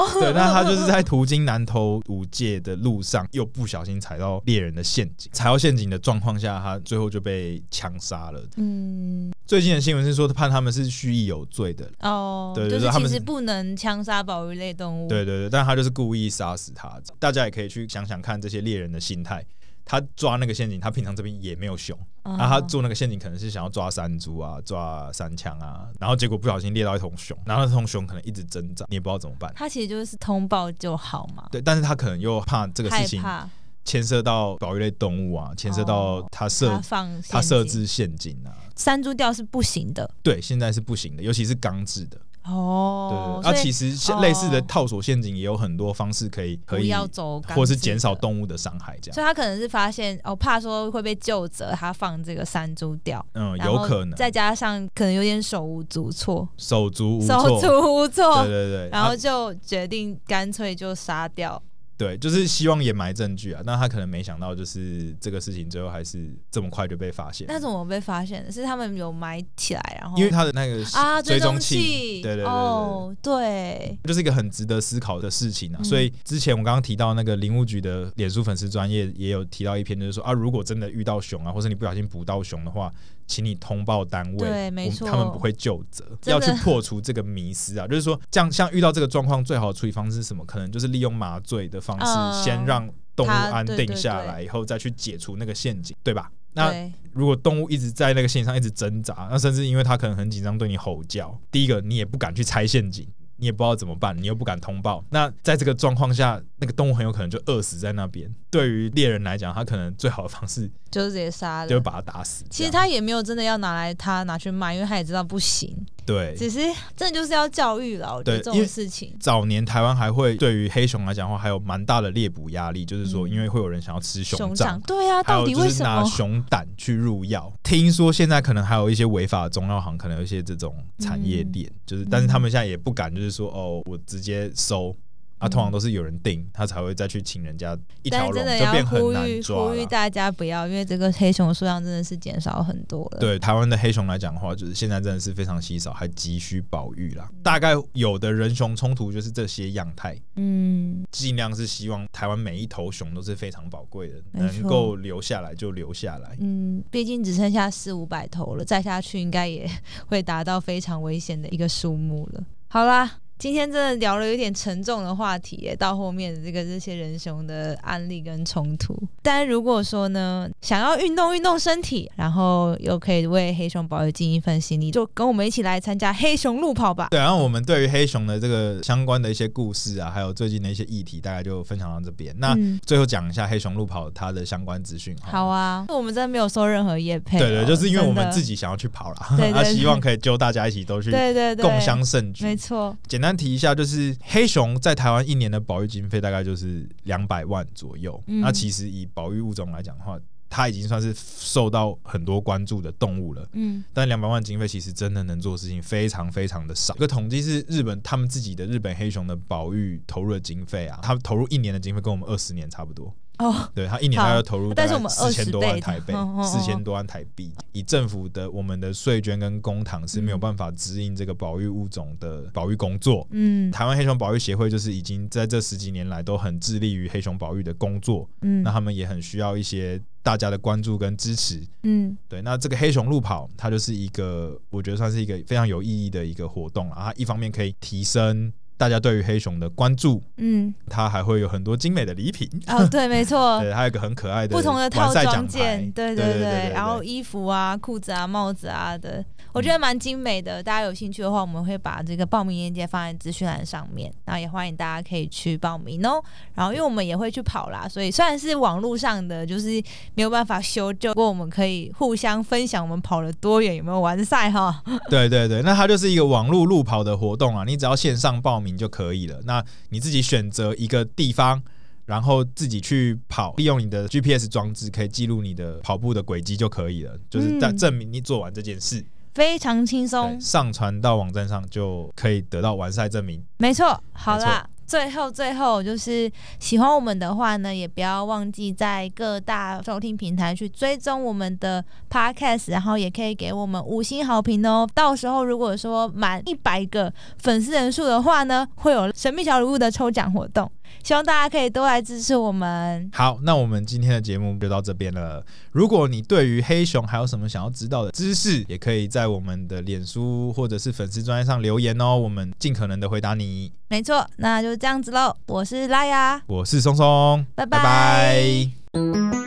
Speaker 1: 哦，
Speaker 2: 对，那他就是在途经南投五界的路上，又不小心踩到猎人的陷阱。踩到陷阱的状况下，他最后就被枪杀了。
Speaker 1: 嗯
Speaker 2: 最近的新闻是说，判他们是蓄意有罪的。
Speaker 1: 哦，
Speaker 2: 对
Speaker 1: 就
Speaker 2: 就是他
Speaker 1: 其
Speaker 2: 们
Speaker 1: 实
Speaker 2: 是
Speaker 1: 不能枪杀保育类动物，
Speaker 2: 对对对，但他就是故意杀死他。大家也可以去想想看这些猎人的心态。他抓那个陷阱，他平常这边也没有熊，
Speaker 1: 啊，
Speaker 2: 然后他做那个陷阱可能是想要抓山猪啊、抓山枪啊，然后结果不小心猎到一头熊，然后那头熊可能一直挣扎，你也不知道怎么办。
Speaker 1: 他其实就是通报就好嘛，
Speaker 2: 对，但是他可能又怕这个
Speaker 1: 害
Speaker 2: 事情
Speaker 1: 怕
Speaker 2: 牵涉到保育类动物啊，牵涉到
Speaker 1: 哦
Speaker 2: 它设、
Speaker 1: 他放
Speaker 2: 它
Speaker 1: 陷
Speaker 2: 设
Speaker 1: 阱
Speaker 2: 置陷阱啊，
Speaker 1: 山猪吊是不行的
Speaker 2: 对，现在是不行的，尤其是钢制的，
Speaker 1: 哦
Speaker 2: 对对，
Speaker 1: 所以
Speaker 2: 对。那其实像
Speaker 1: 哦
Speaker 2: 类似的套索陷阱也有很多方式可以可
Speaker 1: 不
Speaker 2: 以，
Speaker 1: 要走钢制的，
Speaker 2: 或是减少动物的伤害这
Speaker 1: 所以
Speaker 2: 样。
Speaker 1: 他可能是发现哦，怕说会被救责，他放这个山猪吊，
Speaker 2: 嗯，
Speaker 1: 然
Speaker 2: 有
Speaker 1: 后
Speaker 2: 可能
Speaker 1: 再加上可能有点手无足措，
Speaker 2: 手足无
Speaker 1: 手
Speaker 2: 措，
Speaker 1: 足无措，
Speaker 2: 对对对，
Speaker 1: 然后
Speaker 2: 啊
Speaker 1: 就决定干脆就杀掉。
Speaker 2: 对，就是希望掩埋证据啊，那他可能没想到就是这个事情最后还是这么快就被发现，
Speaker 1: 那怎么被发现的？是他们有埋起来，然后
Speaker 2: 因为他的那个
Speaker 1: 啊
Speaker 2: 追
Speaker 1: 踪
Speaker 2: 踪器，对对对对对
Speaker 1: 哦对，
Speaker 2: 就是一个很值得思考的事情啊。
Speaker 1: 嗯
Speaker 2: 所以之前我刚刚提到那个林务局的脸书粉丝专业也有提到一篇，就是说啊，如果真的遇到熊啊，或者你不小心捕到熊的话，请你通报单位，
Speaker 1: 对没
Speaker 2: 我们
Speaker 1: 错
Speaker 2: 他们不会就责，
Speaker 1: 真的
Speaker 2: 要去破除这个迷思啊。就是 说，像像遇到这个状况，最好的处理方式是什么？可能就是利用麻醉的方式，
Speaker 1: 嗯
Speaker 2: 先让动物
Speaker 1: 它
Speaker 2: 安
Speaker 1: 对
Speaker 2: 定
Speaker 1: 对
Speaker 2: 下
Speaker 1: 对
Speaker 2: 来，以后再去解除那个陷阱，对吧？那
Speaker 1: 对
Speaker 2: 如果动物一直在那个陷阱上一直挣扎，那甚至因为它可能很紧张对你吼叫，第一个你也不敢去拆陷阱，你也不知道怎么办，你又不敢通报。那在这个状况下，那个动物很有可能就饿死在那边。对于猎人来讲，他可能最好的方式
Speaker 1: 就直接杀
Speaker 2: 就是
Speaker 1: 了。
Speaker 2: 把它打死。
Speaker 1: 其实
Speaker 2: 这样
Speaker 1: 他也没有真的要拿来他拿去卖，因为他也知道不行，
Speaker 2: 对
Speaker 1: 只是真的就是要教育了。我觉得
Speaker 2: 对
Speaker 1: 这
Speaker 2: 因
Speaker 1: 种
Speaker 2: 为
Speaker 1: 事情，
Speaker 2: 早年台湾还会对于黑熊来讲的话，还有蛮大的猎捕压力，就是说
Speaker 1: 嗯
Speaker 2: 因为会有人想要吃
Speaker 1: 熊
Speaker 2: 掌
Speaker 1: 掌。对啊，
Speaker 2: 还
Speaker 1: 到
Speaker 2: 有
Speaker 1: 底
Speaker 2: 就
Speaker 1: 为
Speaker 2: 是
Speaker 1: 什
Speaker 2: 拿
Speaker 1: 么？
Speaker 2: 熊胆去入药，听说现在可能还有一些违法的中药行，可能有一些这种产业
Speaker 1: 嗯
Speaker 2: 链，就是，但是他们现在也不敢，就是说哦，我直接收。啊，
Speaker 1: 嗯
Speaker 2: 通常都是有人订，他才会再去请人家一
Speaker 1: 但是
Speaker 2: 条龙，
Speaker 1: 真的
Speaker 2: 就
Speaker 1: 要
Speaker 2: 变
Speaker 1: 呼
Speaker 2: 很难
Speaker 1: 吁
Speaker 2: 抓
Speaker 1: 呼吁
Speaker 2: 了。
Speaker 1: 大家不要，因为这个黑熊数量真的是减少很多了。，
Speaker 2: 对台湾的黑熊来讲的话，就是现在真的是非常稀少，还急需保育啦。大概有的人熊冲突就是这些样态，
Speaker 1: 嗯，
Speaker 2: 尽量是希望台湾每一头熊都是非常宝贵的，
Speaker 1: 没错
Speaker 2: 能够留下来就留下来。
Speaker 1: 嗯，毕竟只剩下四五百头了，再下去应该也 会达到非常危险的一个数目了。好啦。今天真的聊了有点沉重的话题耶，到后面的这个这些人熊的案例跟冲突。但如果说呢，想要运动运动身体，然后又可以为黑熊保育尽一份心力，就跟我们一起来参加黑熊路跑吧。
Speaker 2: 对，然后我们对于黑熊的这个相关的一些故事啊，还有最近的一些议题，大概就分享到这边。那
Speaker 1: 嗯、
Speaker 2: 最后讲一下黑熊路跑它的相关资讯哈。
Speaker 1: 好啊，我们真的没有收任何业配哦、
Speaker 2: 对对，就是因为我
Speaker 1: 真
Speaker 2: 们
Speaker 1: 的
Speaker 2: 自己想要去跑啦，
Speaker 1: 对对
Speaker 2: 那
Speaker 1: 对
Speaker 2: 希望可以揪大家一起都去
Speaker 1: 对对对
Speaker 2: 共襄，盛举
Speaker 1: 没。错，
Speaker 2: 简单提一下，就是黑熊在台湾一年的保育经费大概就是两百万左右。
Speaker 1: 嗯
Speaker 2: 那其实以保育物种来讲的话，它已经算是受到很多关注的动物了。
Speaker 1: 嗯
Speaker 2: 但两百万经费其实真的能做的事情非常非常的少。有个统计是日本他们自己的日本黑熊的保育投入的经费啊，他们投入一年的经费跟我们二十年差不多。
Speaker 1: 哦，
Speaker 2: 对他一年大概投入大
Speaker 1: 但是
Speaker 2: 概
Speaker 1: 我们
Speaker 2: 四千
Speaker 1: 20
Speaker 2: 多万
Speaker 1: 倍
Speaker 2: 台币
Speaker 1: 嗯嗯，嗯
Speaker 2: 四千多万台币。以政府的我们的税捐跟公帑是没有办法指引这个保育物种的保育工作。
Speaker 1: 嗯
Speaker 2: 台湾黑熊保育协会就是已经在这十几年来都很致力于黑熊保育的工作，
Speaker 1: 嗯
Speaker 2: 那他们也很需要一些大家的关注跟支持。
Speaker 1: 嗯
Speaker 2: 对，那这个黑熊路跑，它就是一个我觉得算是一个非常有意义的一个活动啊。它一方面可以提升大家对于黑熊的关注，
Speaker 1: 嗯，
Speaker 2: 它还会有很多精美的礼品，
Speaker 1: 哦，对，没错，
Speaker 2: 对，还有一个很可爱的
Speaker 1: 不同的套
Speaker 2: 完赛奖
Speaker 1: 装件
Speaker 2: 牌，
Speaker 1: 对
Speaker 2: 对
Speaker 1: 对，
Speaker 2: 对，
Speaker 1: 然后衣服啊、裤子啊、帽子啊的，我觉得蛮精美的。大家有兴趣的话，我们会把这个报名链接放在资讯栏上面，然后也欢迎大家可以去报名哦。然后因为我们也会去跑啦，所以虽然是网络上的，就是没有办法修正，不过我们可以互相分享我们跑了多远，有没有完赛哈。
Speaker 2: 对对对，那它就是一个网络路跑的活动啊，你只要线上报名就可以了。那你自己选择一个地方，然后自己去跑，利用你的 GPS 装置可以记录你的跑步的轨迹就可以了，就是在
Speaker 1: 嗯
Speaker 2: 证明你做完这件事，
Speaker 1: 非常轻松
Speaker 2: 对，，上传到网站上就可以得到完赛证明。
Speaker 1: 没错，好啦。最后，最后就是喜欢我们的话呢，也不要忘记在各大收听平台去追踪我们的 podcast，然后也可以给我们五星好评哦。到时候如果说满一百个粉丝人数的话呢，会有神秘小礼物的抽奖活动，希望大家可以多来支持我们。
Speaker 2: 好，那我们今天的节目就到这边了。如果你对于黑熊还有什么想要知道的知识，也可以在我们的脸书或者是粉丝专页上留言哦，我们尽可能的回答你。
Speaker 1: 没错，那就这样子喽。我是拉雅，
Speaker 2: 我是松松，
Speaker 1: 拜
Speaker 2: 拜拜